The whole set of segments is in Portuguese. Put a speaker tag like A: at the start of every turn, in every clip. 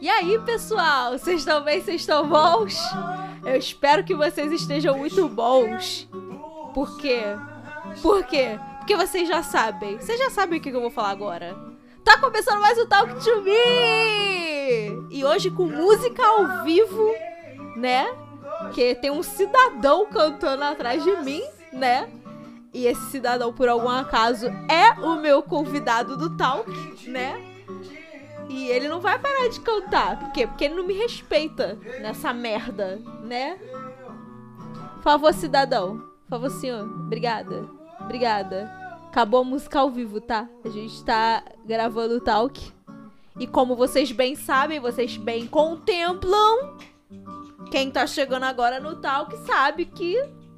A: E aí, pessoal? Vocês estão bem? Vocês estão bons? Eu espero que vocês estejam muito bons. Por quê? Por quê? Porque vocês já sabem. Vocês já sabem o que que eu vou falar agora. Tá começando mais o Talk to Me! E hoje com música ao vivo, né? Que tem um cidadão cantando atrás de mim, né? E esse cidadão, por algum acaso, é o meu convidado do Talk, né? E ele não vai parar de cantar. Por quê? Porque ele não me respeita nessa merda, né? Por favor, cidadão. Por favor, senhor. Obrigada. Obrigada. Acabou a música ao vivo, tá? A gente tá gravando o talk. E como vocês bem sabem, vocês bem contemplam. Quem tá chegando agora no talk sabe que.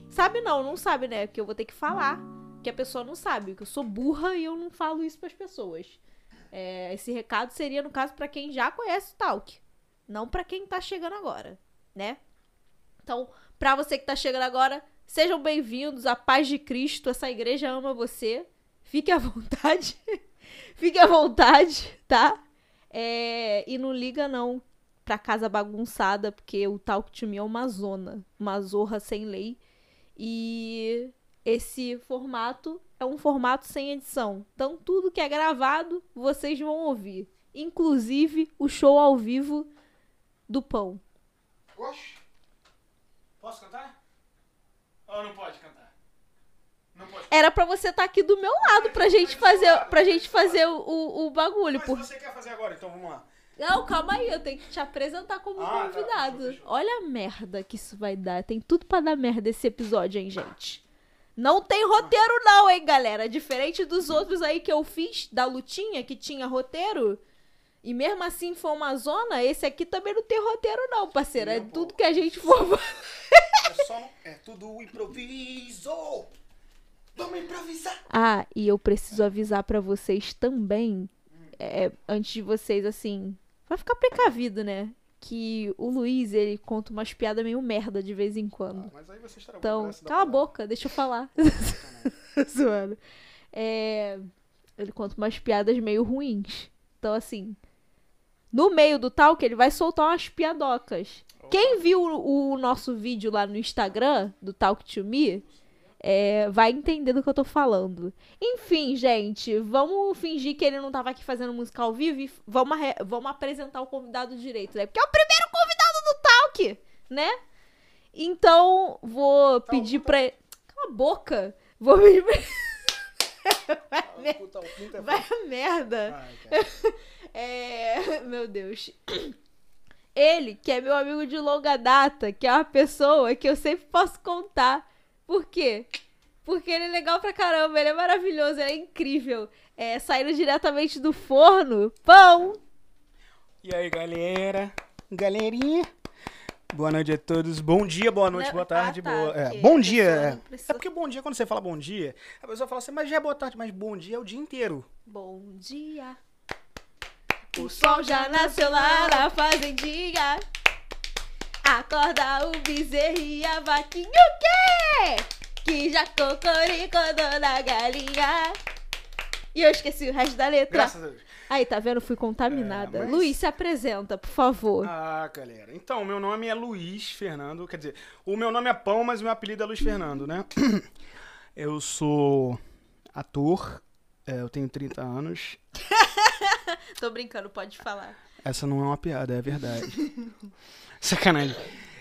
A: Sabe não, não sabe, né? Porque eu vou ter que falar. Que a pessoa não sabe. Que eu sou burra e eu não falo isso pras pessoas. É, esse recado seria, no caso, pra quem já conhece o talk. Não pra quem tá chegando agora, né? Então, pra você que tá chegando agora, sejam bem-vindos à paz de Cristo. Essa igreja ama você. Fique à vontade. Fique à vontade, tá? É, e não liga, não, pra casa bagunçada, porque o Talk to Me é uma zona, uma zorra sem lei. E esse formato é um formato sem edição. Então, tudo que é gravado, vocês vão ouvir. Inclusive o show ao vivo do pão.
B: Oxe. Posso cantar? Ou não pode cantar? Não pode.
A: Era pra você estar aqui do meu lado pra gente fazer, pra gente fazer o- o, o bagulho.
B: Mas
A: por-
B: você quer fazer agora, então vamos lá.
A: Não, calma aí, eu tenho que te apresentar como
B: Ah, tá,
A: convidado.
B: fechou, fechou.
A: Olha a merda que isso vai dar. Tem tudo pra dar merda esse episódio, hein, gente? Não tem roteiro, não, hein, galera? Diferente dos outros aí que eu fiz, da lutinha, que tinha roteiro. E mesmo assim foi uma zona, esse aqui também não tem roteiro, não, parceiro. É
B: Meu
A: tudo que a gente for.
B: É só. É tudo improviso! Vamos improvisar!
A: Ah, e eu preciso avisar pra vocês também, é, antes de vocês, assim, vai ficar precavido, né? Que o Luiz, ele conta umas piadas meio merda de vez em quando.
B: mas aí você estragou
A: Então,
B: graça Ah, da
A: cala a
B: palavra.
A: boca, deixa eu falar. Zoando. É, ele conta umas piadas meio ruins. Então, assim, no meio do talk, ele vai soltar umas piadocas. Quem viu o, o nosso vídeo lá no Instagram, do Talk to Me, é, vai entender do que eu tô falando. Enfim, gente, vamos fingir que ele não tava aqui fazendo música ao vivo e f- vamos, arre- vamos apresentar o convidado direito, né? Porque é o primeiro convidado do Talk, né? Então, vou pedir pra ele. Cala a boca! Vou pedir pra
B: Ah, puta, o quinto é
A: Vai a merda.
B: Ai, cara.
A: É. Meu Deus. Ele, que é meu amigo de longa data, que é uma pessoa que eu sempre posso contar. Por quê? Porque ele é legal pra caramba, ele é maravilhoso, ele é incrível. É, saindo diretamente do forno, pão!
B: E aí, galera? Galerinha? Boa noite a todos. Bom dia, boa noite,
A: Né?
B: boa
A: Ah,
B: tarde,
A: tá,
B: boa. é,
A: ok.
B: bom
A: A
B: dia.
A: pessoa não
B: é.
A: precisa-
B: É porque bom dia, quando você fala bom dia, a pessoa fala assim, mas já é boa tarde, mas bom dia é o dia inteiro.
A: Bom dia. O sol já nasceu lá na fazendinha. Acorda o bezerro e a vaquinha o quê? Que já cocoricou na galinha. E eu esqueci o resto da letra.
B: Graças a Deus.
A: Aí, tá vendo? Fui contaminada.
B: É, mas-
A: Luiz, se apresenta, por favor.
B: Ah, galera. Então, meu nome é Luiz Fernando. Quer dizer, o meu nome é Pão, mas o meu apelido é Luiz Fernando, né? Eu sou ator, é, eu tenho 30 anos.
A: Tô brincando, pode falar.
B: Essa não é uma piada, é verdade. Sacanagem.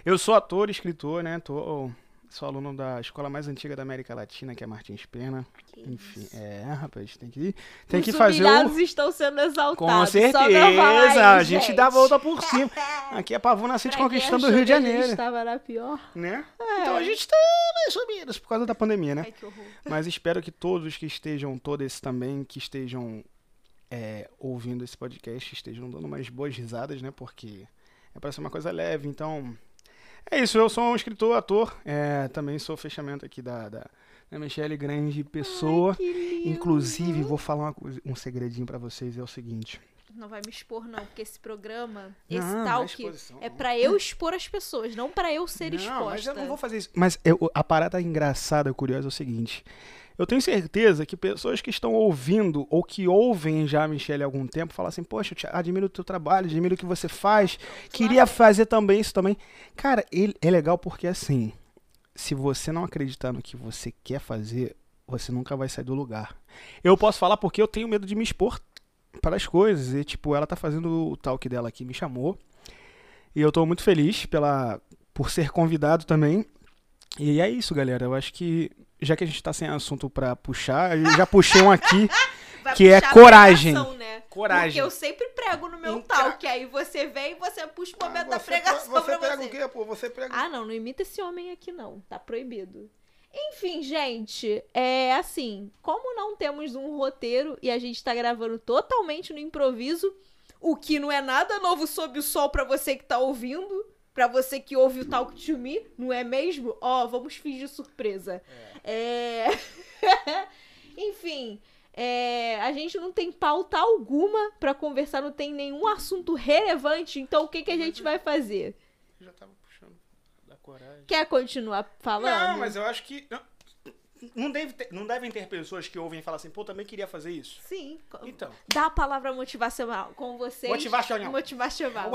B: Eu sou ator, escritor, né? Tô, sou aluno da escola mais antiga da América Latina, que é Martins Pena. Enfim, é, rapaz, tem que, tem
A: Os
B: que fazer o.
A: humilhados estão sendo exaltados.
B: Com
A: Só pra falar isso,
B: certeza, a gente dá a volta por cima. Aqui é Pavão
A: Pra
B: Nascente
A: quem
B: conquistando o
A: achou
B: Rio de
A: que a gente tá- É.
B: Janeiro.
A: estava na pior.
B: né? Então a gente tá mais ou menos por causa da pandemia, né?
A: Ai, que horror.
B: Mas espero que todos que estejam, todos esses também, que estejam é, ouvindo esse podcast, estejam dando umas boas risadas, né? Porque é pra ser uma coisa leve, então. É isso, eu sou um escritor, ator, é, também sou fechamento aqui da, da, da Michelle Grande Pessoa.
A: Que lindo.
B: Inclusive, vou falar uma coisa- um segredinho pra vocês, é o seguinte.
A: Não vai me expor, não, porque esse programa, esse
B: Não, não é
A: talk,
B: exposição,
A: é
B: não.
A: pra eu expor as pessoas, não pra eu ser exposta.
B: Não, mas eu não vou fazer isso. Mas eu- a parada engraçada, curiosa é o seguinte. Eu tenho certeza que pessoas que estão ouvindo ou que ouvem já a Michelle há algum tempo falam assim, poxa, eu te admiro o teu trabalho, admiro o que você faz, queria fazer também isso também. Cara, ele- é legal porque assim, se você não acreditar no que você quer fazer, você nunca vai sair do lugar. Eu posso falar porque eu tenho medo de me expor para as coisas. E, tipo, ela tá fazendo o talk dela aqui, me chamou. E eu tô muito feliz pela, por ser convidado também. E é isso, galera. Eu acho que, já que a gente tá sem assunto pra puxar, eu já puxei um aqui.
A: Vai
B: que é
A: puxar a
B: coragem.
A: pregação, né? Porque eu sempre prego no meu
B: Entra-
A: talk, aí você vem e você puxa o momento
B: Então,
A: da
B: Ah, você
A: pregação pra você.
B: quê, pô? Você prega
A: Ah, não, não imita esse homem aqui, não. Tá proibido. Enfim, gente, é assim, como não temos um roteiro e a gente tá gravando totalmente no improviso, o que não é nada novo sob o sol pra você que tá ouvindo, pra você que ouve o Talk to Me, não é mesmo? Ó, vamos fingir surpresa. É. Enfim, é, a gente não tem pauta alguma pra conversar, não tem nenhum assunto relevante, então o que que a gente vai fazer?
B: Eu já tava puxando da coragem.
A: Quer continuar falando?
B: Não, mas eu acho que... Não, não, deve ter- não devem ter pessoas que ouvem e falam assim, pô, também queria fazer isso.
A: Sim. co-
B: Então.
A: Dá a palavra motivacional com vocês.
B: Motivacional.
A: Motivacional.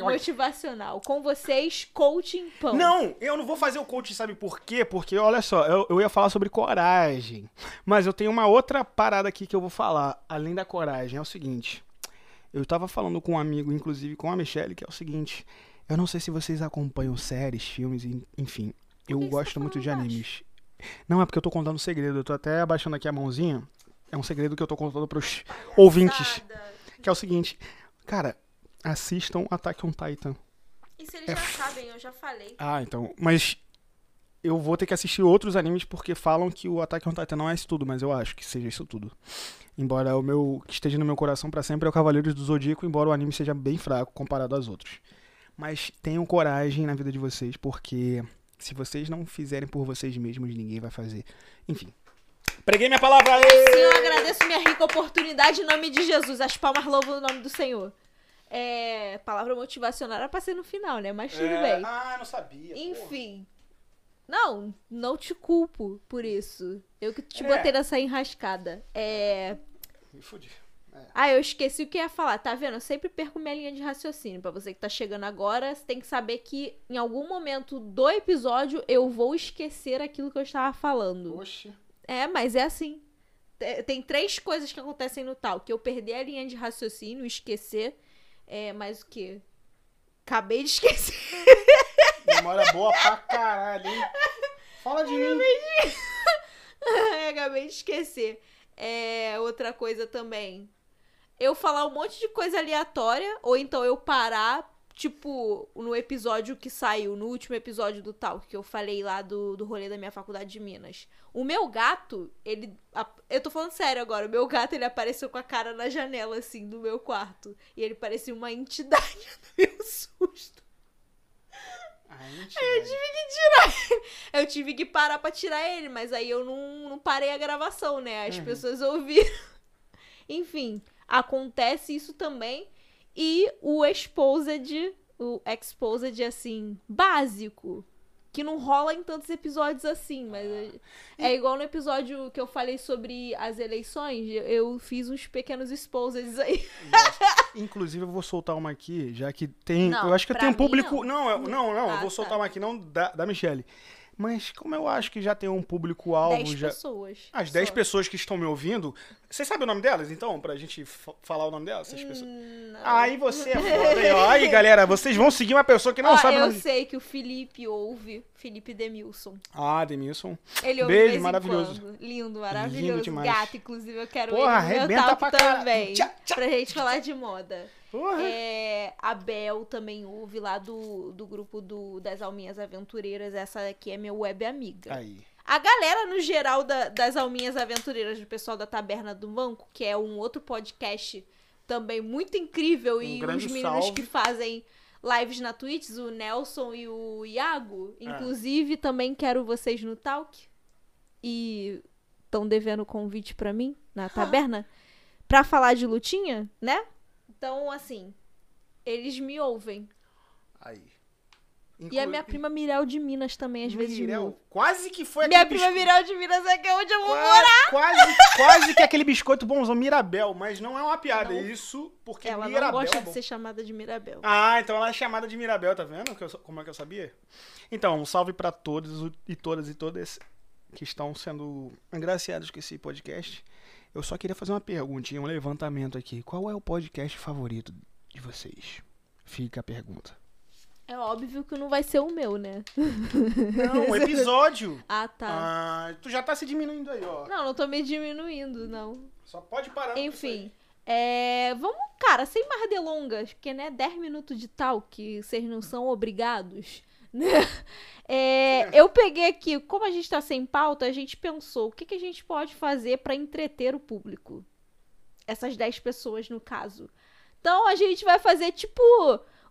A: Motivacional. Com vocês, coaching pão.
B: Não, eu não vou fazer o coach, sabe por quê? Porque, olha só, eu, eu ia falar sobre coragem. Mas eu tenho uma outra parada aqui que eu vou falar, além da coragem. É o seguinte. Eu tava falando com um amigo, inclusive com a Michelle, que é o seguinte. Eu não sei se vocês acompanham séries, filmes, en- enfim. Eu
A: que você tá
B: gosto muito
A: falando
B: de
A: baixo?
B: animes. Não, é porque eu tô contando um segredo. Eu tô até abaixando aqui a mãozinha. É um segredo que eu tô contando pros ouvintes.
A: Nada.
B: Que é o seguinte. Cara, assistam Attack on Titan.
A: E se eles já sabem, eu já falei.
B: Ah, então. Mas eu vou ter que assistir outros animes porque falam que o Attack on Titan não é isso tudo, mas eu acho que seja isso tudo. Embora o meu que esteja no meu coração pra sempre é o Cavaleiros do Zodíaco, embora o anime seja bem fraco comparado aos outros. Mas tenham coragem na vida de vocês, porque se vocês não fizerem por vocês mesmos, ninguém vai fazer. Enfim. Preguei minha palavra aí!
A: Senhor, eu agradeço minha rica oportunidade em nome de Jesus. As palmas louvam o nome do Senhor. É, palavra motivacional era pra ser no final, né? Mas tudo bem.
B: Ah, não sabia.
A: Enfim. Não, não te culpo por isso. Eu que te
B: É.
A: botei nessa enrascada. É.
B: Me fudi.
A: Ah, eu esqueci o que eu ia falar. Tá vendo? Eu sempre perco minha linha de raciocínio. Pra você que tá chegando agora, você tem que saber que em algum momento do episódio eu vou esquecer aquilo que eu estava falando.
B: Oxi.
A: É, mas é assim. Te- Tem três coisas que acontecem no tal: que eu perder a linha de raciocínio, esquecer. É, mas o quê? Acabei de esquecer.
B: Memória boa pra caralho, hein? Fala de mim.
A: Acabei de esquecer. É, outra coisa também. Eu falar um monte de coisa aleatória, ou então eu parar, tipo, no episódio que saiu, no último episódio do tal, que eu falei lá do, do rolê da minha faculdade de Minas. O meu gato, ele. a- eu tô falando sério agora, o meu gato ele apareceu com a cara na janela, assim, do meu quarto. E ele parecia uma entidade do meu susto. É,
B: Ai,
A: Eu tive que parar pra tirar ele, mas aí eu não, não parei a gravação, né? As
B: Uhum.
A: pessoas ouviram. Enfim, acontece isso também. E o Exposed, o Exposed, assim, básico. Que não rola em tantos episódios assim, mas é-
B: Ah.
A: é igual no episódio que eu falei sobre as eleições, eu- eu fiz uns pequenos exposeds aí.
B: Inclusive, eu vou soltar uma aqui, já que tem.
A: Não,
B: eu acho que
A: pra
B: tem um
A: mim,
B: público. Não, eu- não, não, eu
A: Ah,
B: vou soltar
A: tá.
B: uma aqui, não da, da Michelle. Mas como eu acho que já tem um público-alvo,
A: 10
B: já. Ah,
A: pessoas.
B: As 10
A: só.
B: pessoas que estão me ouvindo. Você sabe o nome delas, então? Pra gente fa- falar o nome delas? Essas pessoas.
A: Hum, Não.
B: Aí você é foda, hein? Ó, Aí, galera, vocês vão seguir uma pessoa que não
A: Ó,
B: sabe o
A: eu
B: nome. de-
A: sei que o Felipe ouve, Felipe Demilson.
B: Ah, Demilson.
A: Ele ouve
B: Beijo,
A: de vez em
B: maravilhoso.
A: quando. Lindo, maravilhoso.
B: Lindo demais.
A: Gato, inclusive, eu quero
B: Porra,
A: ele no meu
B: arrebenta
A: talk
B: pra caralho.
A: também.
B: Tchá, tchá,
A: pra gente falar de moda.
B: Porra.
A: É, a Bel também ouve lá do, do grupo do, das Alminhas Aventureiras. Essa aqui é meu web amiga.
B: Aí.
A: A galera, no geral, da- das Alminhas Aventureiras, do pessoal da Taberna do Banco, que é um outro podcast também muito incrível,
B: Um
A: e os
B: grande
A: meninos
B: salve.
A: que fazem lives na Twitch, o Nelson e o Iago.
B: É.
A: Inclusive, também quero vocês no Talk. E
B: Ah.
A: estão devendo convite pra mim na taberna pra falar de lutinha, né? Então, assim, eles me ouvem.
B: Aí.
A: E a minha prima Mirel de Minas também, às vezes. me
B: Mirel,
A: ouve.
B: quase que foi
A: Minha
B: aquele
A: prima
B: biscoito.
A: Mirel de Minas é que é onde eu vou morar.
B: Qua- Quase, quase que aquele biscoito bonzão Mirabel, mas não é uma piada.
A: Não.
B: Isso porque
A: Ela
B: Mirabel
A: não gosta
B: é
A: de
B: bom.
A: ser chamada de Mirabel.
B: Ah, então ela é chamada de Mirabel, tá vendo que eu sa- como é que eu sabia? Então, um salve pra todos o- e todas e todas que estão sendo agraciados com esse podcast. Eu só queria fazer uma perguntinha, um levantamento aqui. Qual é o podcast favorito de vocês? Fica a pergunta.
A: É óbvio que não vai ser o meu, né?
B: Não, o Um episódio.
A: Ah, tá.
B: Ah, tu já tá se diminuindo aí, ó.
A: Não, não tô me diminuindo, não.
B: Só pode parar. com isso aí.
A: Enfim, é, vamos, cara, sem mais delongas, porque, né, 10 minutos de tal que vocês não são obrigados, né? É, eu peguei aqui, como a gente tá sem pauta, a gente pensou, o que, que a gente pode fazer pra entreter o público? Essas 10 pessoas, no caso. Então, a gente vai fazer, tipo,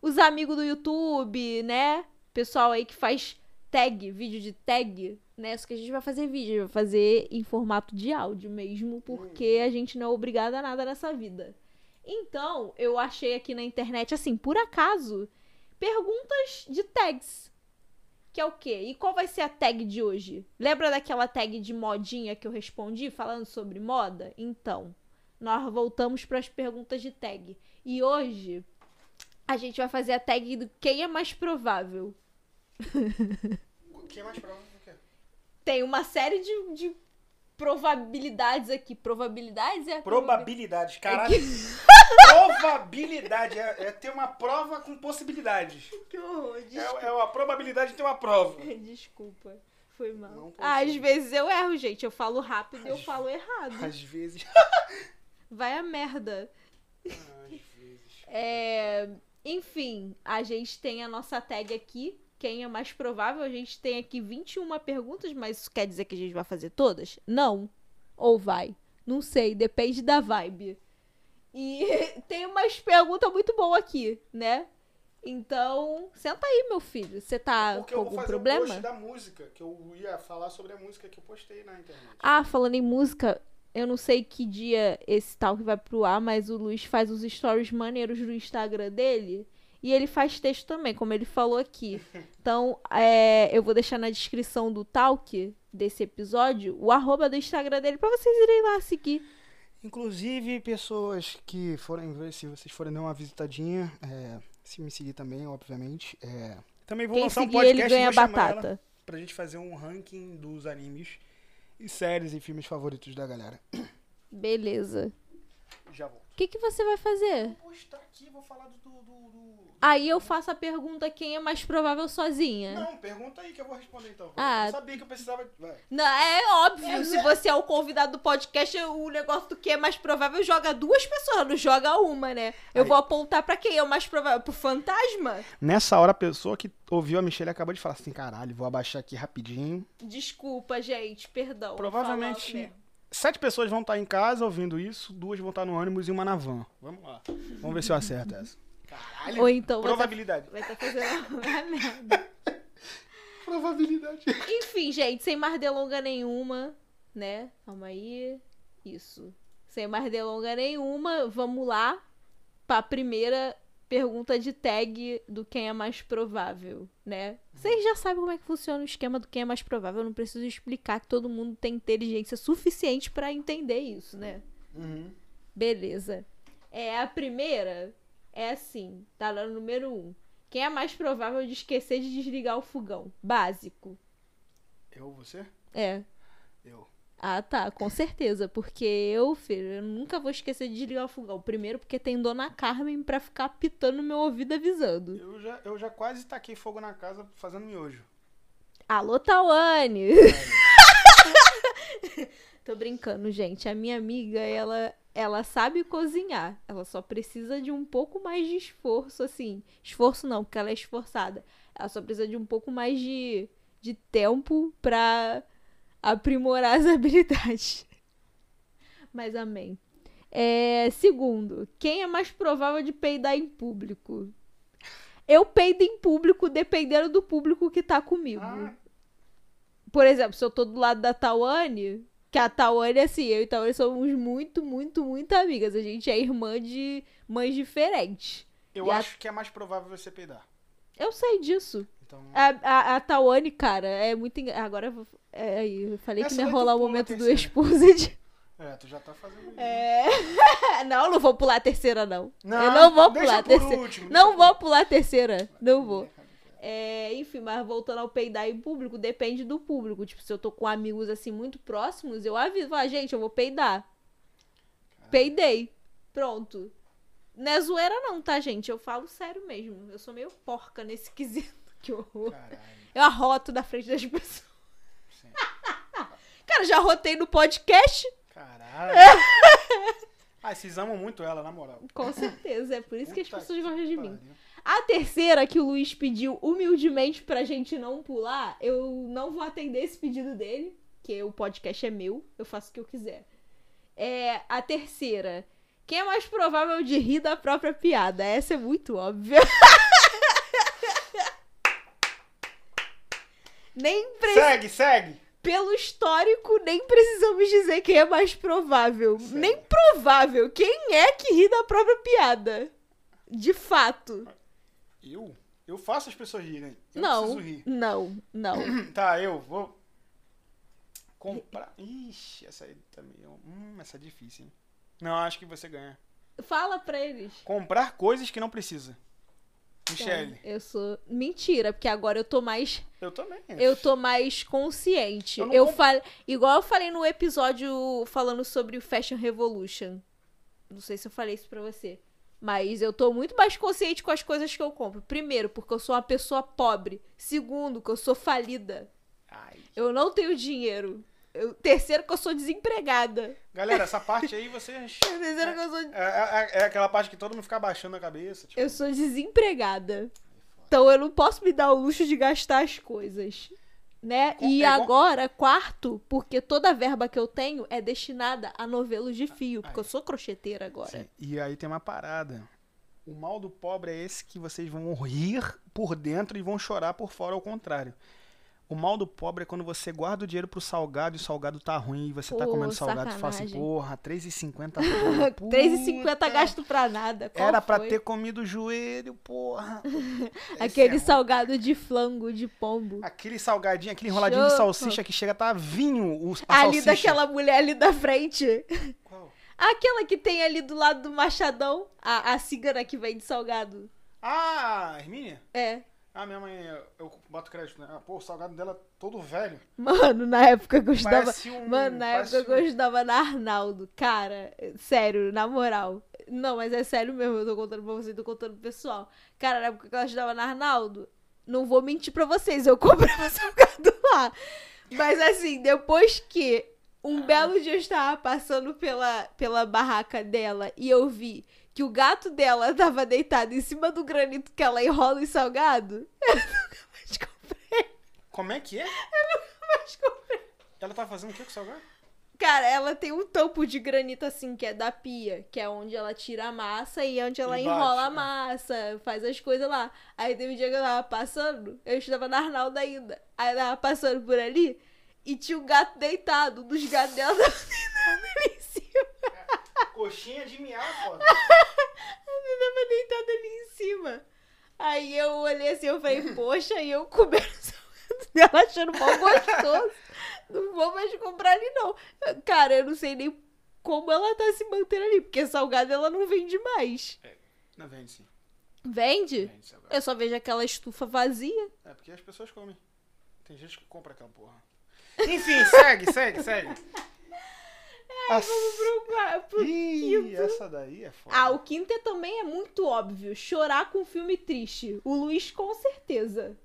A: os amigos do YouTube, né? Pessoal aí que faz tag, vídeo de tag, né? Só que a gente vai fazer vídeo, vai fazer em formato de áudio mesmo, porque a gente não é obrigada a nada nessa vida. Então, eu achei aqui na internet, assim, por acaso, perguntas de tags. Que é o quê? E qual vai ser a tag de hoje? Lembra daquela tag de modinha que eu respondi falando sobre moda? Então, nós voltamos para as perguntas de tag. E hoje a gente vai fazer a tag do quem é mais provável.
B: O que é mais provável do que?
A: tem uma série de, de probabilidades aqui. Probabilidades é a
B: Probabilidades, caralho. probabilidade é, é ter uma prova com possibilidades.
A: proba- Que horror,
B: É,
A: des-
B: é uma probabilidade de ter uma prova.
A: Desculpa. Foi
B: Não
A: mal. Ah,
B: consigo.
A: Às vezes eu erro, gente. Eu falo rápido e eu
B: Às-
A: falo errado.
B: Às vezes.
A: Vai a merda.
B: Às vezes.
A: É, Enfim, a gente tem a nossa tag aqui. Quem é mais provável? A gente tem aqui 21 perguntas, mas isso quer dizer que a gente vai fazer todas? Não. Ou vai? Não sei, depende da vibe. E tem umas perguntas muito boas aqui, né? Então, senta aí, meu filho. Você tá
B: Porque
A: com
B: eu vou
A: algum
B: fazer o
A: problema?
B: post da música, que eu ia falar sobre a música que eu postei na internet.
A: Ah, falando em música, eu não sei que dia esse tal que vai pro ar, mas o Luiz faz os stories maneiros do Instagram dele. E ele faz texto também, como ele falou aqui. Então, é, eu vou deixar na descrição do talk desse episódio o arroba do Instagram dele pra vocês irem lá seguir.
B: Inclusive, pessoas que forem ver, se vocês forem dar uma visitadinha, é, se me seguir também, obviamente. é. Também vou
A: Quem
B: lançar um
A: seguir
B: podcast
A: ele
B: e
A: ganha
B: vou chamar ela
A: batata.
B: pra gente fazer um ranking dos animes e séries e filmes favoritos da galera.
A: Beleza.
B: Já vou.
A: O que, que você vai fazer?
B: Vou estar tá aqui, vou falar do. do- do- do-
A: Aí eu faço a pergunta quem é mais provável sozinha.
B: Não, pergunta aí que eu vou responder então.
A: Ah.
B: Eu sabia que eu precisava. Vai.
A: Não, é óbvio. Se você é o convidado do podcast, o negócio do que é mais provável joga duas pessoas, não joga uma, né? Eu
B: Aí.
A: vou apontar pra quem é o mais provável. Pro fantasma?
B: Nessa hora, a pessoa que ouviu a Michelle acabou de falar assim: caralho, vou abaixar aqui rapidinho.
A: Desculpa, gente, perdão.
B: Provavelmente-
A: Falar, né?
B: Sete pessoas vão estar em casa ouvindo isso, duas vão estar no ônibus e uma na van. Vamos lá. Vamos ver se eu acerto essa. Caralho.
A: Ou então vai tá-
B: Probabilidade.
A: vai estar fazendo uma merda.
B: Probabilidade.
A: Enfim, gente, sem mais delonga nenhuma, né? Calma aí. Isso. Sem mais delonga nenhuma, vamos lá pra primeira pergunta de tag do quem é mais provável, né? Vocês já sabem como é que funciona o esquema do quem é mais provável, eu não preciso explicar que todo mundo tem inteligência suficiente pra entender isso, né?
B: Uhum.
A: Beleza. É a primeira é assim, tá lá no número um. Quem é mais provável de esquecer de desligar o fogão? Básico.
B: Eu, você?
A: É.
B: Eu.
A: Ah, tá, com certeza. Porque eu, filho, eu nunca vou esquecer de desligar o fogão. Primeiro, porque tem Dona Carmen pra ficar pitando no meu ouvido avisando.
B: Eu já, eu já quase taquei fogo na casa fazendo miojo.
A: Alô, Tawane! Tô brincando, gente. A minha amiga, ela, ela sabe cozinhar. Ela só precisa de um pouco mais de esforço, assim. Esforço não, porque ela é esforçada. Ela só precisa de um pouco mais de, de tempo pra aprimorar as habilidades. Mas amém. É, segundo, quem é mais provável de peidar em público? Eu peido em público dependendo do público que tá comigo.
B: Ah,
A: Por exemplo, se eu tô do lado da Tawane, Que a Tawane, assim, eu e a Tawane somos muito, muito, muito amigas. A gente é irmã de mães diferentes.
B: Eu
A: E a-
B: acho que é mais provável você peidar.
A: Eu sei disso.
B: Então,
A: A, a, a Tawane, cara, é muito. enga- Agora eu vou- é, aí, eu falei
B: Essa
A: que não ia
B: daí tu
A: rolar o
B: pula a
A: momento do
B: terceira.
A: Exposed.
B: é, tu já tá fazendo isso.
A: É. Não, não vou pular a terceira, não. eu não vou
B: deixa
A: pular a
B: por
A: terceira.
B: último,
A: Não
B: deixa
A: vou pular a terceira. Não
B: por
A: vou.
B: último.
A: É, enfim, mas voltando ao peidar em público, depende do público. Tipo, se eu tô com amigos assim muito próximos, eu aviso, ah, gente, eu vou peidar. Peidei. Pronto. Não é zoeira, não, tá, gente? Eu falo sério mesmo. Eu sou meio porca nesse quesito. Que horror.
B: Caralho,
A: Eu arroto na frente das pessoas.
B: sim.
A: Cara, já rotei no podcast?
B: Caralho. ah, vocês amam muito ela, na moral.
A: Com certeza. É por isso que as
B: Puta
A: pessoas gostam de mim.
B: pariu.
A: A terceira que o Luiz pediu humildemente pra gente não pular, eu não vou atender esse pedido dele, que o podcast é meu, eu faço o que eu quiser. É a terceira. Quem é mais provável de rir da própria piada? Essa é muito óbvia. nem pre-
B: Segue, segue.
A: pelo histórico, nem precisamos dizer quem é mais provável.
B: Sério.
A: Nem provável. Quem é que ri da própria piada? De fato.
B: Eu? Eu faço as pessoas rirem. Eu
A: Não,
B: preciso rir.
A: não, não.
B: Tá, eu vou comprar. Ixi, essa aí também. é um- Hum, essa é difícil, hein? Não, acho que você ganha.
A: Fala pra eles.
B: Comprar coisas que não precisa.
A: Tá.
B: Michelle,
A: Então, Eu sou. Mentira, porque agora eu tô mais.
B: eu também.
A: Eu tô mais consciente.
B: É. Eu não
A: Eu
B: comp-
A: falei. Igual eu falei no episódio falando sobre o Fashion Revolution. Não sei se eu falei isso pra você. Mas eu tô muito mais consciente com as coisas que eu compro. Primeiro, porque eu sou uma pessoa pobre. Segundo, que eu sou falida.
B: Ai.
A: Eu não tenho dinheiro. Eu- Terceiro, que eu sou desempregada.
B: Galera, essa parte aí vocês.
A: Terceiro, que eu sou
B: É, é- é aquela parte que todo mundo fica abaixando a cabeça. Tipo,
A: Eu sou desempregada. Então eu não posso me dar o luxo de gastar as coisas. Né?
B: Com-
A: E
B: é igual-
A: agora, quarto, porque toda a verba que eu tenho é destinada a novelos de fio, porque eu sou crocheteira agora.
B: Sim, assim, E aí tem uma parada. O mal do pobre é esse que vocês vão rir por dentro e vão chorar por fora, ao contrário. O mal do pobre é quando você guarda o dinheiro pro salgado e o salgado tá ruim e você tá
A: Pô,
B: comendo salgado e fala assim,
A: sacanagem.
B: porra, 3,50 porra, puta,
A: 3,50 gasto pra nada. Qual
B: Era pra
A: foi?
B: ter comido o joelho, porra. Esse
A: aquele
B: é ruim.
A: salgado de flango, de pombo.
B: Aquele salgadinho, aquele enroladinho de
A: Choco.
B: salsicha que chega a tá vinho o, a
A: ali
B: salsicha.
A: daquela mulher ali da frente.
B: Qual?
A: Aquela que tem ali do lado do Machadão, a, a cigana que vende salgado.
B: Ah, Hermínia?
A: É.
B: Ah, minha mãe, eu, eu boto crédito, né? Ah, pô, o salgado dela é todo velho.
A: Mano, na época eu gostava.
B: Parece um-
A: Mano, na
B: parece
A: época eu gostava da Arnaldo. Cara, sério, na moral. Não, mas é sério mesmo, eu tô contando pra vocês, tô contando pro pessoal. Cara, na época que eu ajudava na Arnaldo, não vou mentir pra vocês, eu comprava salgado lá. Mas assim, depois que um belo dia eu estava passando pela, pela barraca dela e eu vi que o gato dela tava deitado em cima do granito que ela enrola em salgado, eu nunca mais comprei.
B: Como é que é?
A: Mais comprei.
B: Ela tá fazendo o que com o salgado?
A: Cara, ela tem um topo de granito assim, que é da pia, que é onde ela tira a massa e é onde ela
B: E
A: enrola
B: bate,
A: a
B: né?
A: massa, faz as coisas lá. Aí teve um dia que eu tava passando, eu estudava na Arnaldo ainda. Aí eu tava passando por ali e tinha um gato deitado, um dos gatos dela tava deitado ali em cima.
B: Coxinha de miau, foda.
A: Ele tava deitado ali em cima. Aí eu olhei assim, eu falei, poxa, e eu comendo o salgado dela achando mal gostoso. Não vou mais comprar ali, não. Cara, eu não sei nem como ela tá se mantendo ali, porque salgado ela não vende mais.
B: Não vende sim.
A: Vende?
B: Vende salgado.
A: Eu só vejo aquela estufa vazia.
B: É porque as pessoas comem. Tem gente que compra aquela porra. Enfim, segue, segue, segue. As...
A: Pro qua- pro-
B: Ih, essa daí é foda.
A: Ah, o quinto é também é muito óbvio. Chorar com um filme triste. O Luiz, com certeza.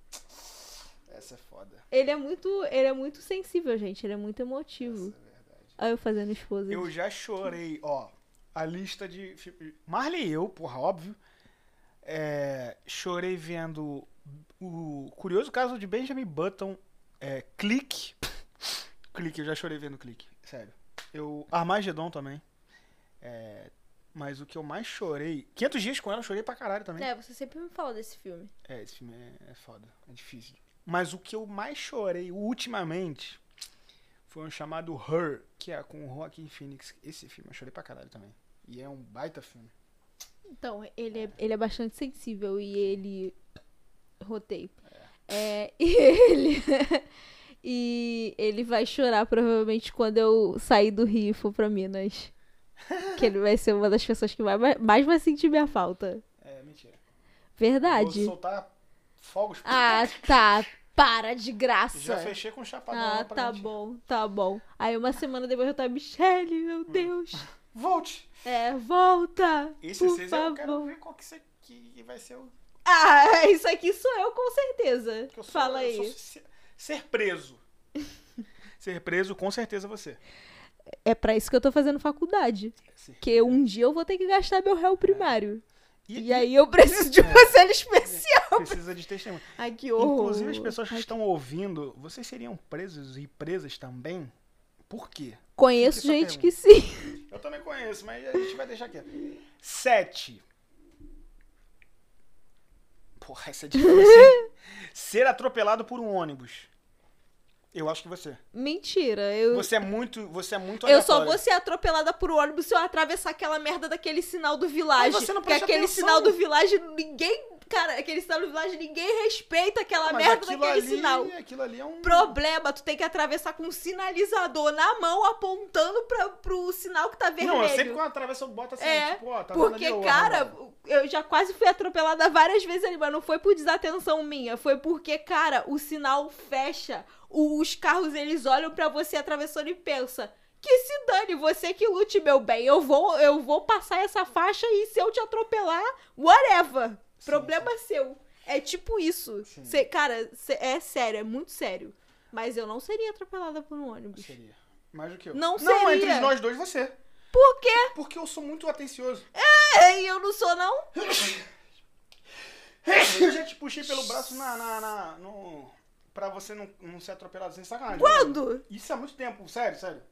B: Essa é foda.
A: Ele é muito, ele é muito sensível, gente. Ele é muito emotivo.
B: Essa é verdade.
A: Olha eu fazendo esposa.
B: Eu já chorei, ó. A lista de. fi- Marley e eu, porra, óbvio. É, chorei vendo o curioso caso de Benjamin Button. É, clique. clique, eu já chorei vendo clique. Sério. Eu. Armagedon também. É, mas o que eu mais chorei. 500 dias com ela, eu chorei pra caralho também.
A: É, você sempre me fala desse filme.
B: É, esse filme é, é foda, é difícil. Mas o que eu mais chorei ultimamente Foi um chamado Her, que é com o Joaquin Phoenix. Esse filme eu chorei pra caralho também. E é um baita filme.
A: Então, ele é, ele é bastante sensível e ele. Rotei. É, e ele. e ele vai chorar provavelmente quando eu sair do Rio e for pra Minas. Que ele vai ser uma das pessoas que vai, mais vai sentir minha falta.
B: É, mentira.
A: Verdade.
B: Vou soltar fogos.
A: Ah, tá. Para de graça.
B: Já fechei com o chapadão lá
A: Ah,
B: pra
A: tá
B: gente.
A: bom, tá bom. Aí uma semana depois eu tava, Michelle,
B: Hum.
A: meu Deus.
B: Volte!
A: É, volta.
B: Esse
A: por
B: vocês é eu quero
A: favor.
B: ver qual que, você, que vai ser o.
A: Ah, isso aqui sou eu com certeza.
B: Que eu sou,
A: Fala
B: eu sou
A: aí.
B: ser, ser preso. ser preso, com certeza você.
A: É pra isso que eu tô fazendo faculdade. Que um dia eu vou ter que gastar meu réu primário. E aí eu preciso de um conselho especial.
B: precisa de testemunho.
A: Ai, que horror.
B: É. Inclusive, as pessoas que estão ouvindo, vocês seriam presos e presas também? Por quê?
A: Conheço
B: Fica essa
A: gente que sim.
B: Eu também conheço, mas a gente vai deixar aqui. Sete. Porra, essa é difícil. hein? Ser atropelado por um ônibus. Eu acho que você.
A: Mentira, eu...
B: Você é muito. Você é muito
A: Eu só
B: aleatório.
A: vou ser atropelada por um ônibus se eu atravessar aquela merda daquele sinal do Village.
B: Mas você não
A: Porque
B: presta
A: aquele
B: atenção.
A: sinal do Village, ninguém. Cara, aquele sinal do Village, ninguém respeita aquela
B: Mas
A: merda
B: aquilo
A: daquele
B: ali-
A: sinal.
B: Aquilo ali é um.
A: Problema, tu tem que atravessar com um sinalizador na mão apontando pra, pro sinal que tá vermelho.
B: Não, eu sempre quando atravesso eu boto assim,
A: É,
B: tipo, ó, tá vendo
A: Porque,
B: ali, ó,
A: cara,
B: arrombado.
A: eu já quase fui atropelada várias vezes ali, mas não foi por desatenção minha, foi porque, cara, o sinal fecha. O- os carros, eles olham pra você atravessando e pensa: "Que se dane, você que lute, meu bem. Eu vou, eu vou passar essa faixa e se eu te atropelar, whatever.
B: Sim,
A: Problema seu." É tipo isso.
B: Sim.
A: Cê- cara, cê- é sério, é muito sério. Mas eu não seria atropelada por um ônibus.
B: Seria. Mais do que eu.
A: Não
B: Não,
A: seria.
B: entre nós dois você.
A: Por quê?
B: Porque eu sou muito atencioso.
A: Ei, eu não sou, não?
B: Eu já te puxei pelo braço na. na, na- no- pra você não, não ser atropelado sem sacanagem.
A: Quando?
B: Isso há muito tempo, sério, sério.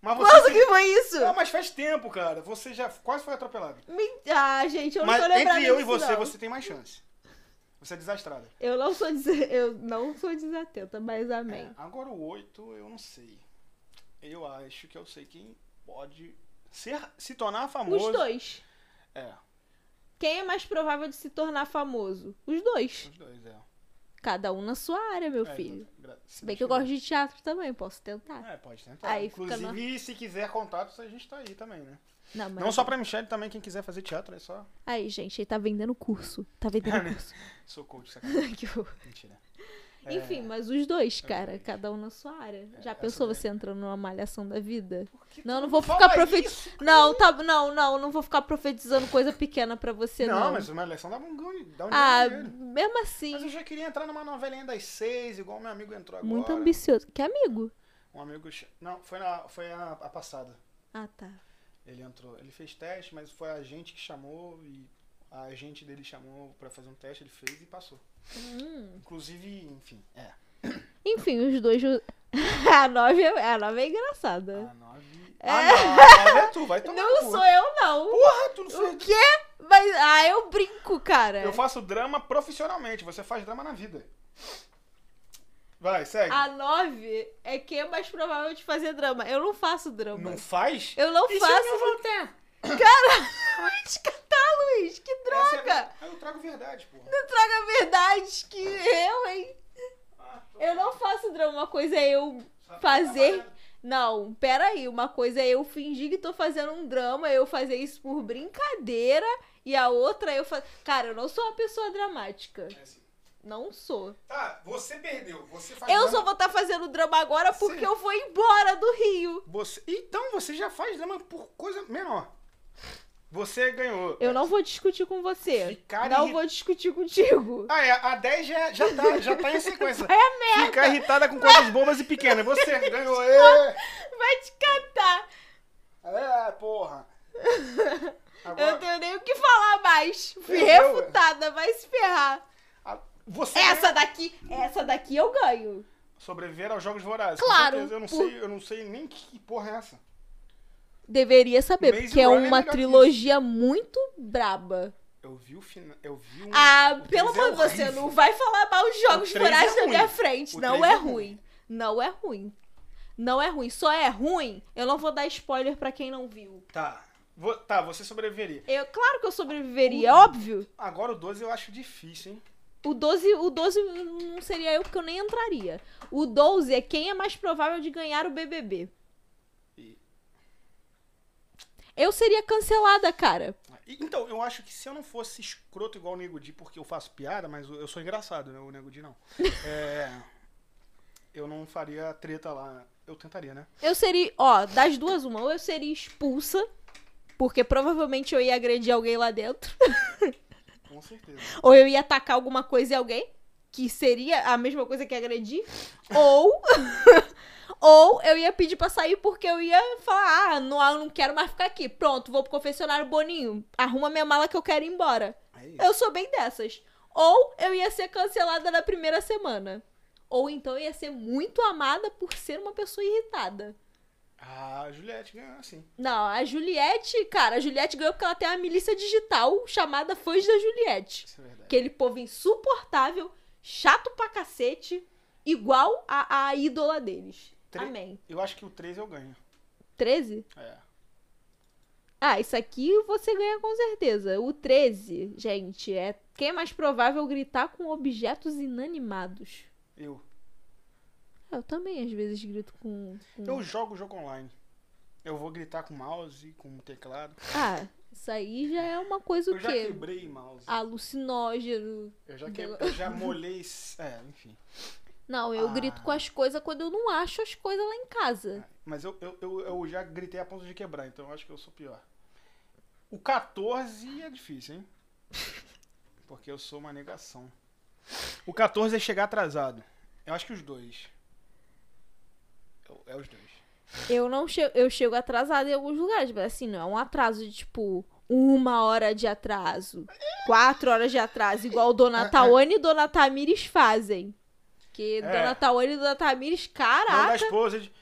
B: Mas você.
A: Quando
B: se-
A: que foi isso?
B: Ah, mas faz tempo, cara. Você já quase foi atropelado.
A: Me- Ah, gente, eu
B: mas
A: não tô lembrada
B: entre eu e
A: disso,
B: você,
A: não.
B: você tem mais chance. Você é desastrada.
A: Eu não sou des- eu não sou desatenta, mas amém.
B: É, agora o 8, eu não sei. Eu acho que eu sei quem pode ser, se tornar famoso.
A: Os dois.
B: É,
A: Quem é mais provável de se tornar famoso? Os dois.
B: os dois, é.
A: Cada um na sua área, meu
B: É,
A: filho.
B: gra-
A: Se bem que eu gosto de teatro também, posso tentar.
B: É, pode tentar.
A: Aí fica
B: Inclusive, se quiser contatos, a gente tá aí também, né?
A: Não, mas...
B: Não só pra Michelle, também quem quiser fazer teatro, é só.
A: Aí, gente, ele tá vendendo curso. Tá
B: É, né?
A: vendendo curso.
B: Sou coach, sacanagem.
A: Que horror.
B: Mentira.
A: Enfim, mas os dois,
B: os
A: cara.
B: dois.
A: Cada um na sua área.
B: É,
A: Já
B: essa
A: pensou
B: daí.
A: você entrando numa malhação da vida?
B: É, Por que
A: Não,
B: tu
A: não vou
B: fala
A: ficar profeti-
B: isso?
A: Não, tá, não, não. Não vou ficar profetizando coisa pequena pra você, não.
B: Não, mas uma eleição dá um ganho. Dá um
A: Ah,
B: dinheiro.
A: mesmo assim.
B: Mas eu já queria entrar numa novelinha das seis, igual meu amigo entrou agora.
A: Muito ambicioso. Que amigo?
B: Um amigo. ch- Não, foi, na, foi a, a passada.
A: Ah, tá.
B: Ele entrou. Ele fez teste, mas foi a gente que chamou e a agente dele chamou pra fazer um teste, ele fez e passou.
A: Hum.
B: Inclusive, enfim, é.
A: Enfim, os dois. ju- A nove é, a nove é engraçada.
B: A nove. É. A nove é tu, vai tomar.
A: não
B: no cu.
A: sou eu, não.
B: Porra, tu não
A: O
B: fez.
A: quê? Mas. Ah, eu brinco, cara.
B: Eu faço drama profissionalmente, você faz drama na vida. Vai, segue.
A: A nove é quem é mais provável de fazer drama. Eu não faço drama.
B: Não é faz?
A: Eu não
B: E se
A: faço.
B: eu não
A: Cara, vai te catar, Luiz. Que
B: Essa é a
A: droga.
B: ver- Ah, eu trago verdade, porra.
A: Não traga verdades que eu, hein?
B: Ah, tô-
A: Eu não faço drama. Uma coisa é eu
B: só tô
A: fazer-
B: trabalhando.
A: Não, peraí. Uma coisa é eu fingir que tô fazendo um drama, eu fazer isso por brincadeira, e a outra é eu fazer. Cara, eu não sou uma pessoa dramática.
B: É assim.
A: Não sou.
B: Tá, você perdeu. Você faz
A: Eu
B: drama.
A: só vou estar fazendo drama agora porque
B: Tá Sim.
A: eu vou embora do Rio.
B: Você... Então você já faz drama por coisa menor. Você ganhou.
A: Eu não vou discutir com você.
B: Ficar
A: não
B: irri-
A: vou discutir contigo.
B: Ah, é, a 10 já, já, tá, já tá em sequência. Ficar irritada com coisas bobas e pequenas. Você ganhou. É,
A: Vai te catar.
B: é porra.
A: Eu não
B: Agora,
A: tenho nem o que falar mais. Fui
B: Perdeu.
A: refutada, vai se ferrar.
B: a- você
A: Essa daqui, essa daqui eu ganho.
B: sobreviver aos jogos vorazes. com
A: Claro,
B: certeza. Eu não,
A: por-
B: sei, eu não sei nem que porra é essa.
A: Deveria saber,
B: Maze
A: porque é
B: Runner é
A: uma
B: melhor que
A: trilogia muito braba.
B: Eu vi o final. Eu vi um,
A: Ah,
B: o
A: pelo
B: três é
A: amor de Deus, você
B: horrível.
A: não vai falar mal os jogos
B: três é
A: vorazes na
B: ruim.
A: minha frente.
B: O
A: não
B: três
A: é
B: é
A: ruim.
B: ruim.
A: Não é ruim. Não é ruim. Só é ruim. Eu não vou dar spoiler pra quem não viu.
B: Tá. Vo- tá, você sobreviveria.
A: Eu, claro que eu sobreviveria, é óbvio.
B: Agora o 12 eu acho difícil, hein?
A: O 12, o 12 não seria eu porque eu nem entraria. O 12 é quem é mais provável de ganhar o BBB.
B: E-
A: Eu seria cancelada, cara.
B: E- Então, eu acho que se eu não fosse escroto igual o Nego Di, porque eu faço piada, mas eu eu sou engraçado, né? O Nego Di não. É, eu não faria treta lá. Eu tentaria, né?
A: Eu seria, ó, das duas uma, ou eu seria expulsa, porque provavelmente eu ia agredir alguém lá dentro,
B: Com certeza.
A: ou eu ia atacar alguma coisa em alguém, que seria a mesma coisa que agredir, ou ou eu ia pedir pra sair porque eu ia falar, ah, não, eu não quero mais ficar aqui. Pronto, vou pro confessionário Boninho, arruma minha mala que eu quero ir embora.
B: É isso.
A: Eu sou bem dessas. Ou eu ia ser cancelada na primeira semana. Ou então eu ia ser muito amada por ser uma pessoa irritada.
B: Ah, A Juliette ganhou assim.
A: Não, a Juliette, cara, a Juliette ganhou porque ela tem uma milícia digital chamada Fãs da Juliette.
B: Isso é verdade.
A: Aquele povo insuportável, chato pra cacete, igual a, a ídola deles.
B: Tre-
A: Amém.
B: Eu acho que o 3 eu ganho.
A: 13?
B: É.
A: Ah, isso aqui você ganha com certeza. O 13, gente, é quem é mais provável gritar com objetos inanimados.
B: Eu.
A: Eu também às vezes grito com. com-
B: Eu jogo jogo online. Eu vou gritar com mouse, com teclado.
A: Ah, isso aí já é Ah, uma coisa
B: Eu
A: o
B: já
A: quê?
B: quebrei mouse.
A: Alucinógeno.
B: Eu já, que... eu já molhei. É, enfim.
A: Não, eu
B: Ah.
A: grito com as coisas quando eu não acho as coisas lá em casa.
B: Mas eu, eu, eu, eu já gritei a ponto de quebrar, então eu acho que eu sou pior. O 14 é difícil, hein? Porque eu sou uma negação. O 14 é chegar atrasado. Eu acho que os dois. Eu- É os dois.
A: Eu não chego, eu chego atrasada em alguns lugares, mas assim, não é um atraso de tipo uma hora de atraso, quatro horas de atraso, igual Dona Tawane e Dona Tamires fazem. Que
B: É.
A: Dona Tawane e Dona Tamires,
B: Não da
A: caraca.
B: esposa é de. tá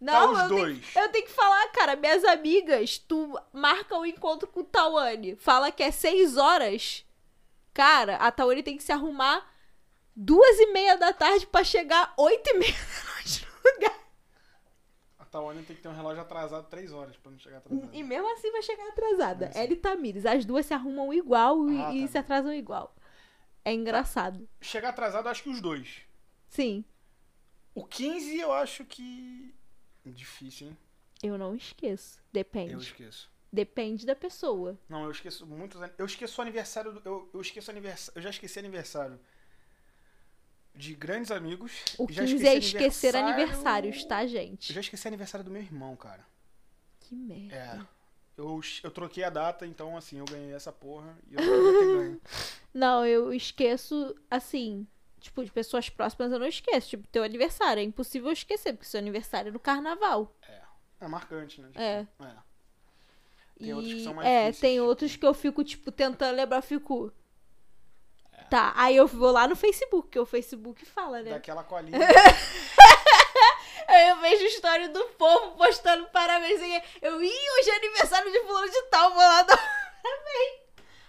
A: Não,
B: os
A: eu tenho,
B: dois.
A: eu tenho que falar, cara, minhas amigas, tu marca o encontro com o Tawane, fala que é seis horas. Cara, a Tawane tem que se arrumar duas e meia da tarde pra chegar oito e meia da noite no lugar.
B: A Tawane tem que ter um relógio atrasado 3 horas pra não chegar atrasado.
A: E mesmo assim vai chegar atrasada.
B: Uhum. Mas-
A: Ela e Tamires, as duas se arrumam igual e,
B: Ah,
A: e
B: tá.
A: se atrasam igual. É engraçado.
B: Chegar atrasado, eu acho que os dois.
A: Sim,
B: O 15 eu acho que. Difícil, hein?
A: eu não esqueço.
B: Eu
A: Depende.
B: esqueço.
A: Depende da pessoa.
B: Não, eu esqueço muitos. an- Eu esqueço o aniversário. do- Eu, eu esqueço aniversário. Eu já esqueci aniversário de grandes amigos.
A: O
B: já
A: 15 é
B: esqueci
A: esquecer
B: aniversário-
A: aniversários, tá,
B: Eu
A: gente?
B: já esqueci aniversário do meu irmão, cara.
A: Que merda.
B: É. Eu, eu troquei a data, então assim, eu ganhei essa porra e eu não ter ganho.
A: Não, eu esqueço, assim, tipo, de pessoas próximas eu não esqueço. Tipo, teu aniversário. É impossível eu esquecer, porque seu aniversário é no carnaval.
B: É marcante, né?
A: É.
B: é. Tem outros que
A: E-
B: são mais
A: é,
B: difíceis,
A: tem
B: tipo-
A: outros que eu fico, tipo, tentando lembrar, eu fico.
B: É.
A: Tá, aí eu vou lá no Facebook, que o Facebook fala, né?
B: Daquela colinha.
A: Aí eu vejo história do povo postando parabéns. não sei o quê. Eu, ih, hoje é aniversário de fulano de tal, vou lá dar um parabéns.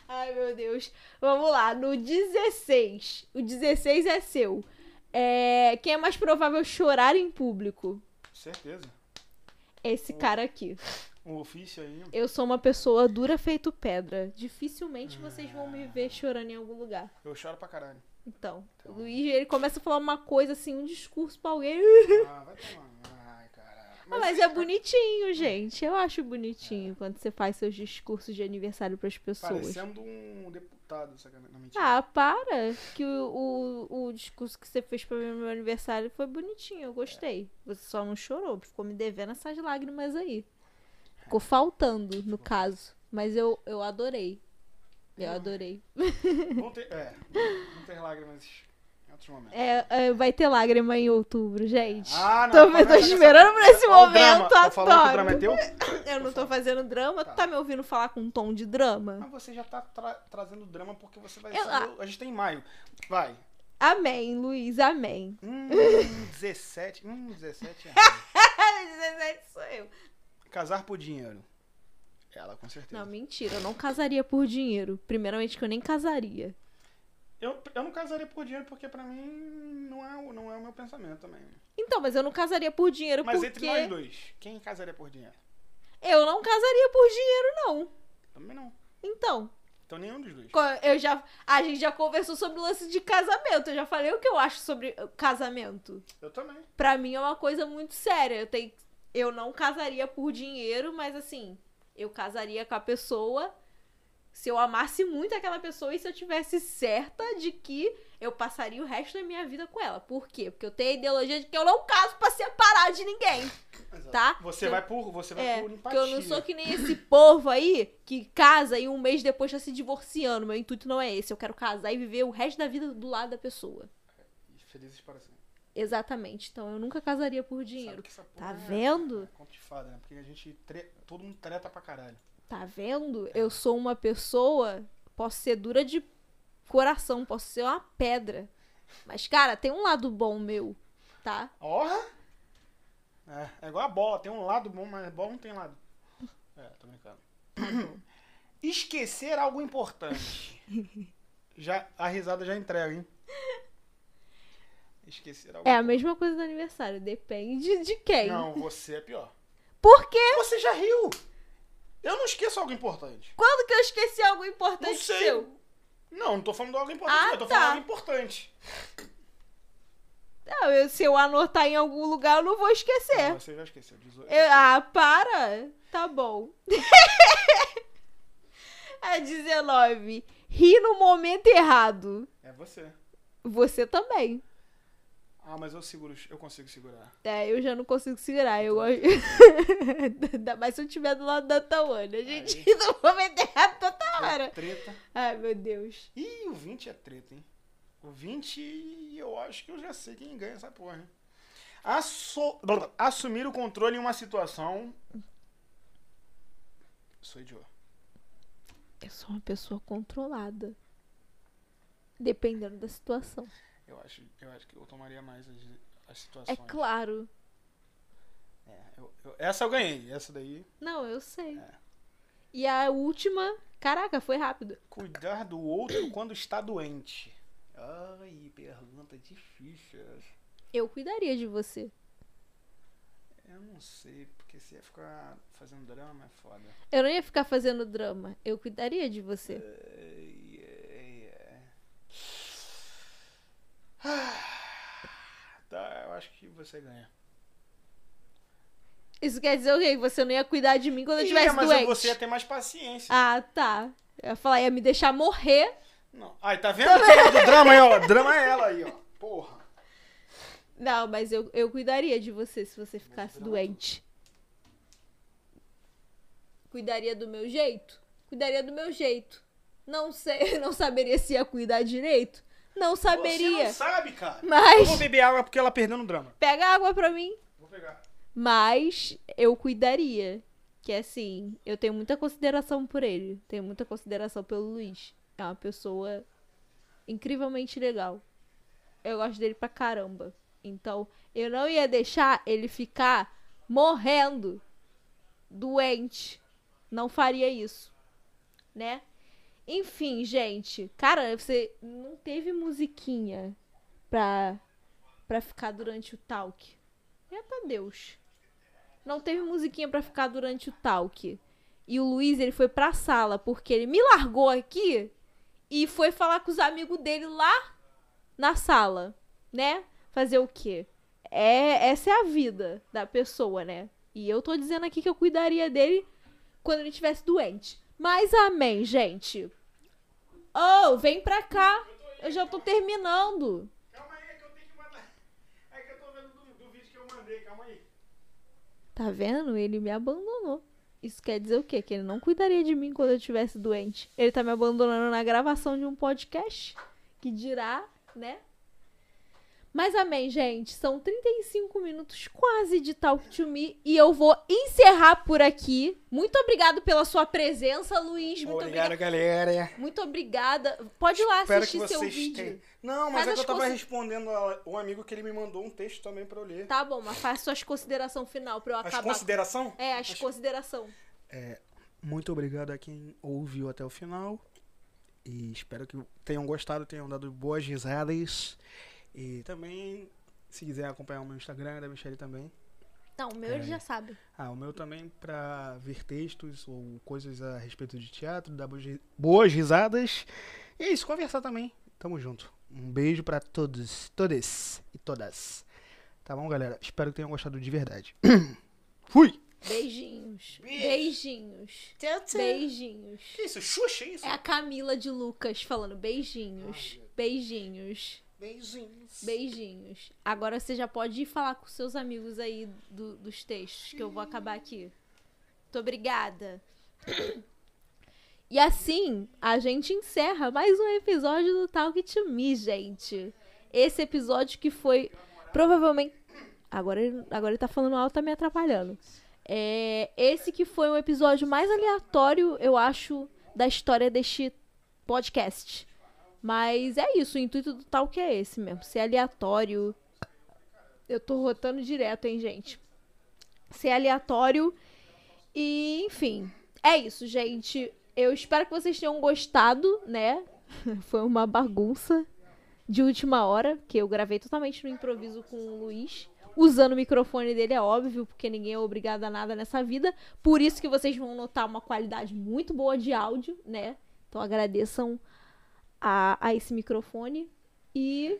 A: Ai, meu Deus. Vamos lá, no 16. O 16 é seu. É, quem é mais provável chorar em público?
B: Certeza. Hum.
A: Esse cara aqui.
B: Um ofício aí.
A: Eu sou uma pessoa dura feito pedra. Dificilmente vocês vão me ver chorando em algum lugar.
B: Eu choro pra caralho.
A: Então, o
B: Então.
A: Luiz, ele começa a falar uma coisa assim, um discurso pra alguém.
B: Ah, vai tomar. Ai, caralho.
A: Ah, Mas é bonitinho, gente. Eu acho bonitinho quando você faz seus discursos de aniversário pras pessoas.
B: Parecendo um deputado, sacanagem. Não, mentira.
A: Ah, para! Que o, o, o discurso que você fez pra mim no meu aniversário foi bonitinho, eu gostei. Você só não chorou, ficou me devendo essas lágrimas aí. Ficou faltando, no caso. Mas eu, eu adorei. Eu adorei.
B: Vão ter, é, vão ter lágrimas em outros momentos.
A: É, é, vai ter lágrima em outubro, gente.
B: Ah,
A: tô,
B: mas
A: tô
B: essa-
A: esperando pra esse
B: Ó, o
A: momento.
B: drama. Tá falando que o
A: adoro.
B: drama é teu?
A: Eu não tô fazendo drama, tu
B: Tá.
A: tá me ouvindo falar com um tom de drama?
B: Mas você já tá tra- trazendo drama porque você vai.
A: Eu-
B: saber- a gente tem em maio. Vai.
A: Amém, Luiz, amém.
B: Hum, 17. Hum, 17 anos.
A: Ah, 17 sou eu.
B: Casar por dinheiro. Ela, com certeza.
A: Não, mentira, eu não casaria por dinheiro. Primeiramente que eu nem casaria.
B: Eu, eu não casaria por dinheiro porque pra mim não é, o- não é o meu pensamento também.
A: Então, mas eu não casaria por dinheiro
B: Mas
A: porque
B: entre nós dois, quem casaria por dinheiro?
A: eu não casaria por dinheiro não.
B: Também não.
A: Então,
B: Então nenhum dos dois.
A: co- eu já a gente já conversou sobre o lance de casamento. Eu já falei o que eu acho sobre eh, casamento.
B: Eu também.
A: Pra mim é uma coisa muito séria. Eu tenho eu não casaria por dinheiro, mas assim, eu casaria com a pessoa se eu amasse muito aquela pessoa e se eu tivesse certa de que eu passaria o resto da minha vida com ela. Por quê? Porque eu tenho a ideologia de que eu não caso pra separar de ninguém.
B: Exato.
A: Tá?
B: Você
A: Eu-
B: vai por. Você vai
A: É,
B: por
A: porque
B: empatia.
A: eu não sou que nem esse povo aí que casa e um mês depois tá se divorciando. Meu intuito não é esse. Eu quero casar e viver o resto da vida do lado da pessoa.
B: Felizes para sempre.
A: Exatamente. Então eu nunca casaria por
B: Sabe
A: dinheiro.
B: que essa porra
A: Tá
B: é-
A: vendo?
B: É conto de fada, né? Porque a gente. Tre... Todo mundo treta pra caralho.
A: Tá vendo?
B: É.
A: Eu sou uma pessoa. Posso ser dura de coração, posso ser uma pedra. Mas, cara, tem um lado bom meu, tá?
B: Orra! É, é igual a bola, tem um lado bom, mas a bola não tem lado. É, tô brincando. Esquecer algo importante. já, a risada já entrega, hein? Esquecer algo
A: É a mesma coisa do aniversário. Depende de quem.
B: Não, você é pior.
A: Por quê?
B: Você já riu! Eu não esqueço algo importante.
A: Quando que eu esqueci algo importante
B: Não sei.
A: seu?
B: Não, não tô falando de algo importante,
A: Ah,
B: não, eu tô
A: tá.
B: falando algo importante.
A: Não, eu- se eu anotar em algum lugar, eu não vou esquecer.
B: Não, você já esqueceu. é 18.
A: Eu- ah, para! Tá bom. é 19. Ri no momento errado.
B: É você.
A: Você também.
B: Ah, mas eu seguro, eu consigo segurar.
A: É, eu já não consigo segurar.
B: Tá.
A: Eu... Ainda mais se eu estiver do lado da Tawana. A gente ri no momento errado toda
B: É
A: hora.
B: treta.
A: Ai, meu Deus.
B: Ih, o 20 é treta, hein? O 20, eu acho que eu já sei quem ganha essa porra. hein? Asso- Assumir o controle em uma situação. Sou idiota.
A: Eu sou uma pessoa controlada. Dependendo da situação.
B: Eu acho, eu acho que eu tomaria mais as, as
A: É
B: situações.
A: claro.
B: É, eu- eu- essa eu ganhei. Essa daí.
A: Não, eu sei.
B: É.
A: E a última. Caraca, foi rápido.
B: Cuidar do outro quando está doente. Ai, pergunta difícil. essa.
A: Eu cuidaria de você.
B: Eu não sei, porque se ia ficar fazendo drama é foda.
A: Eu não ia ficar fazendo drama. Eu cuidaria de
B: É.
A: você.
B: Ai, ai, ai. Tá, eu acho que você ganha.
A: Isso quer dizer o quê? Que Você não ia cuidar de mim quando eu
B: Ih,
A: tivesse
B: mas
A: doente.
B: você ia ter mais paciência.
A: Ah, tá. Eu ia falar, ia me deixar morrer.
B: Não. Ai, tá vendo? Tá vendo? drama aí, ó. Drama é ela aí, ó. Porra.
A: Não, mas eu, eu cuidaria de você se você ficasse
B: drama-
A: doente. Cuidaria do meu jeito? Cuidaria do meu jeito. Não sei, não saberia se ia cuidar direito. Não
B: Você
A: saberia.
B: não sabe, cara. Eu vou
A: Mas
B: beber água porque ela perdeu no drama.
A: pega água pra mim.
B: Vou pegar.
A: Mas eu cuidaria. Que assim, eu tenho muita consideração por ele. Tenho muita consideração pelo Luiz. É uma pessoa incrivelmente legal. Eu gosto dele pra caramba. Então, eu não ia deixar ele ficar morrendo, doente. Não faria isso. Né? Enfim, gente. Cara, você não teve musiquinha pra, pra ficar durante o talk. Eita Deus. Não teve musiquinha pra ficar durante o talk. E o Luiz, ele foi pra sala, porque ele me largou aqui e foi falar com os amigos dele lá na sala, né? Fazer o quê? É, essa é a vida da pessoa, né? E eu tô dizendo aqui que eu cuidaria dele quando ele estivesse doente. Mas amém, gente. Oh, vem pra cá. Eu já tô terminando.
B: Calma aí, é que eu tenho que mandar. É que eu tô vendo do, do vídeo que eu mandei, calma aí.
A: Tá vendo? Ele me abandonou. Isso quer dizer o quê? Que ele não cuidaria de mim quando eu estivesse doente. Ele tá me abandonando na gravação de um podcast. Que dirá, né? Mas amém, gente. São 35 minutos quase de Talk to Me. E eu vou encerrar por aqui. Muito obrigado pela sua presença, Luiz. Muito, obrigada.
B: galera.
A: Muito obrigada. Pode ir lá
B: Espero que
A: assistir seu
B: vocês
A: vídeo.
B: tenham. Não, mas
A: Faz
B: é que
A: as
B: eu tava
A: coisas-
B: respondendo a um amigo que ele me mandou um texto também pra eu ler.
A: Tá bom, mas faz suas considerações final pra eu
B: As
A: acabar.
B: consideração?
A: É, as, consideração.
B: Muito obrigado a quem ouviu até o final. E espero que tenham gostado, tenham dado boas risadas. E também, se quiser acompanhar o meu Instagram, da Michelle também.
A: Não, Então, o meu ele já sabe.
B: Ah, o meu também para ver textos ou coisas a respeito de teatro, dar boas ri- boas risadas. E é isso, conversar também. Tamo junto. Um beijo pra todos, todas e todas. Tá bom, galera? Espero que tenham gostado de verdade. Fui!
A: Beijinhos.
B: Beijo.
A: Beijinhos.
B: Tchau,
A: Beijinhos.
B: isso? Xuxa, isso?
A: É a Camila de Lucas falando beijinhos. Beijinhos.
B: Beijinhos.
A: Beijinhos. Agora você já pode ir falar com seus amigos aí do- dos textos, que eu vou acabar aqui. Muito obrigada. E assim, a gente encerra mais um episódio do Talk to Me, gente. Esse episódio que foi provavelmente. Agora, ele- agora ele tá falando alto, tá me atrapalhando. É, esse que foi o episódio mais aleatório, eu acho, da história deste podcast. Mas é isso, o intuito do tal que é esse mesmo. Ser aleatório. Eu tô rotando direto, hein, gente? Ser aleatório. E, enfim. É isso, gente. Eu espero que vocês tenham gostado, né? Foi uma bagunça de última hora, que eu gravei totalmente no improviso com o Luiz. Usando o microfone dele, é óbvio, porque ninguém é obrigado a nada nessa vida. Por isso que vocês vão notar uma qualidade muito boa de áudio, né? Então agradeçam a, a esse microfone. E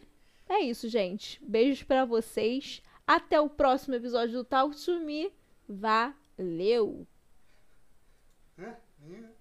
A: é isso, gente. Beijos pra vocês. Até o próximo episódio do Talk to Me. Valeu!
B: Hã?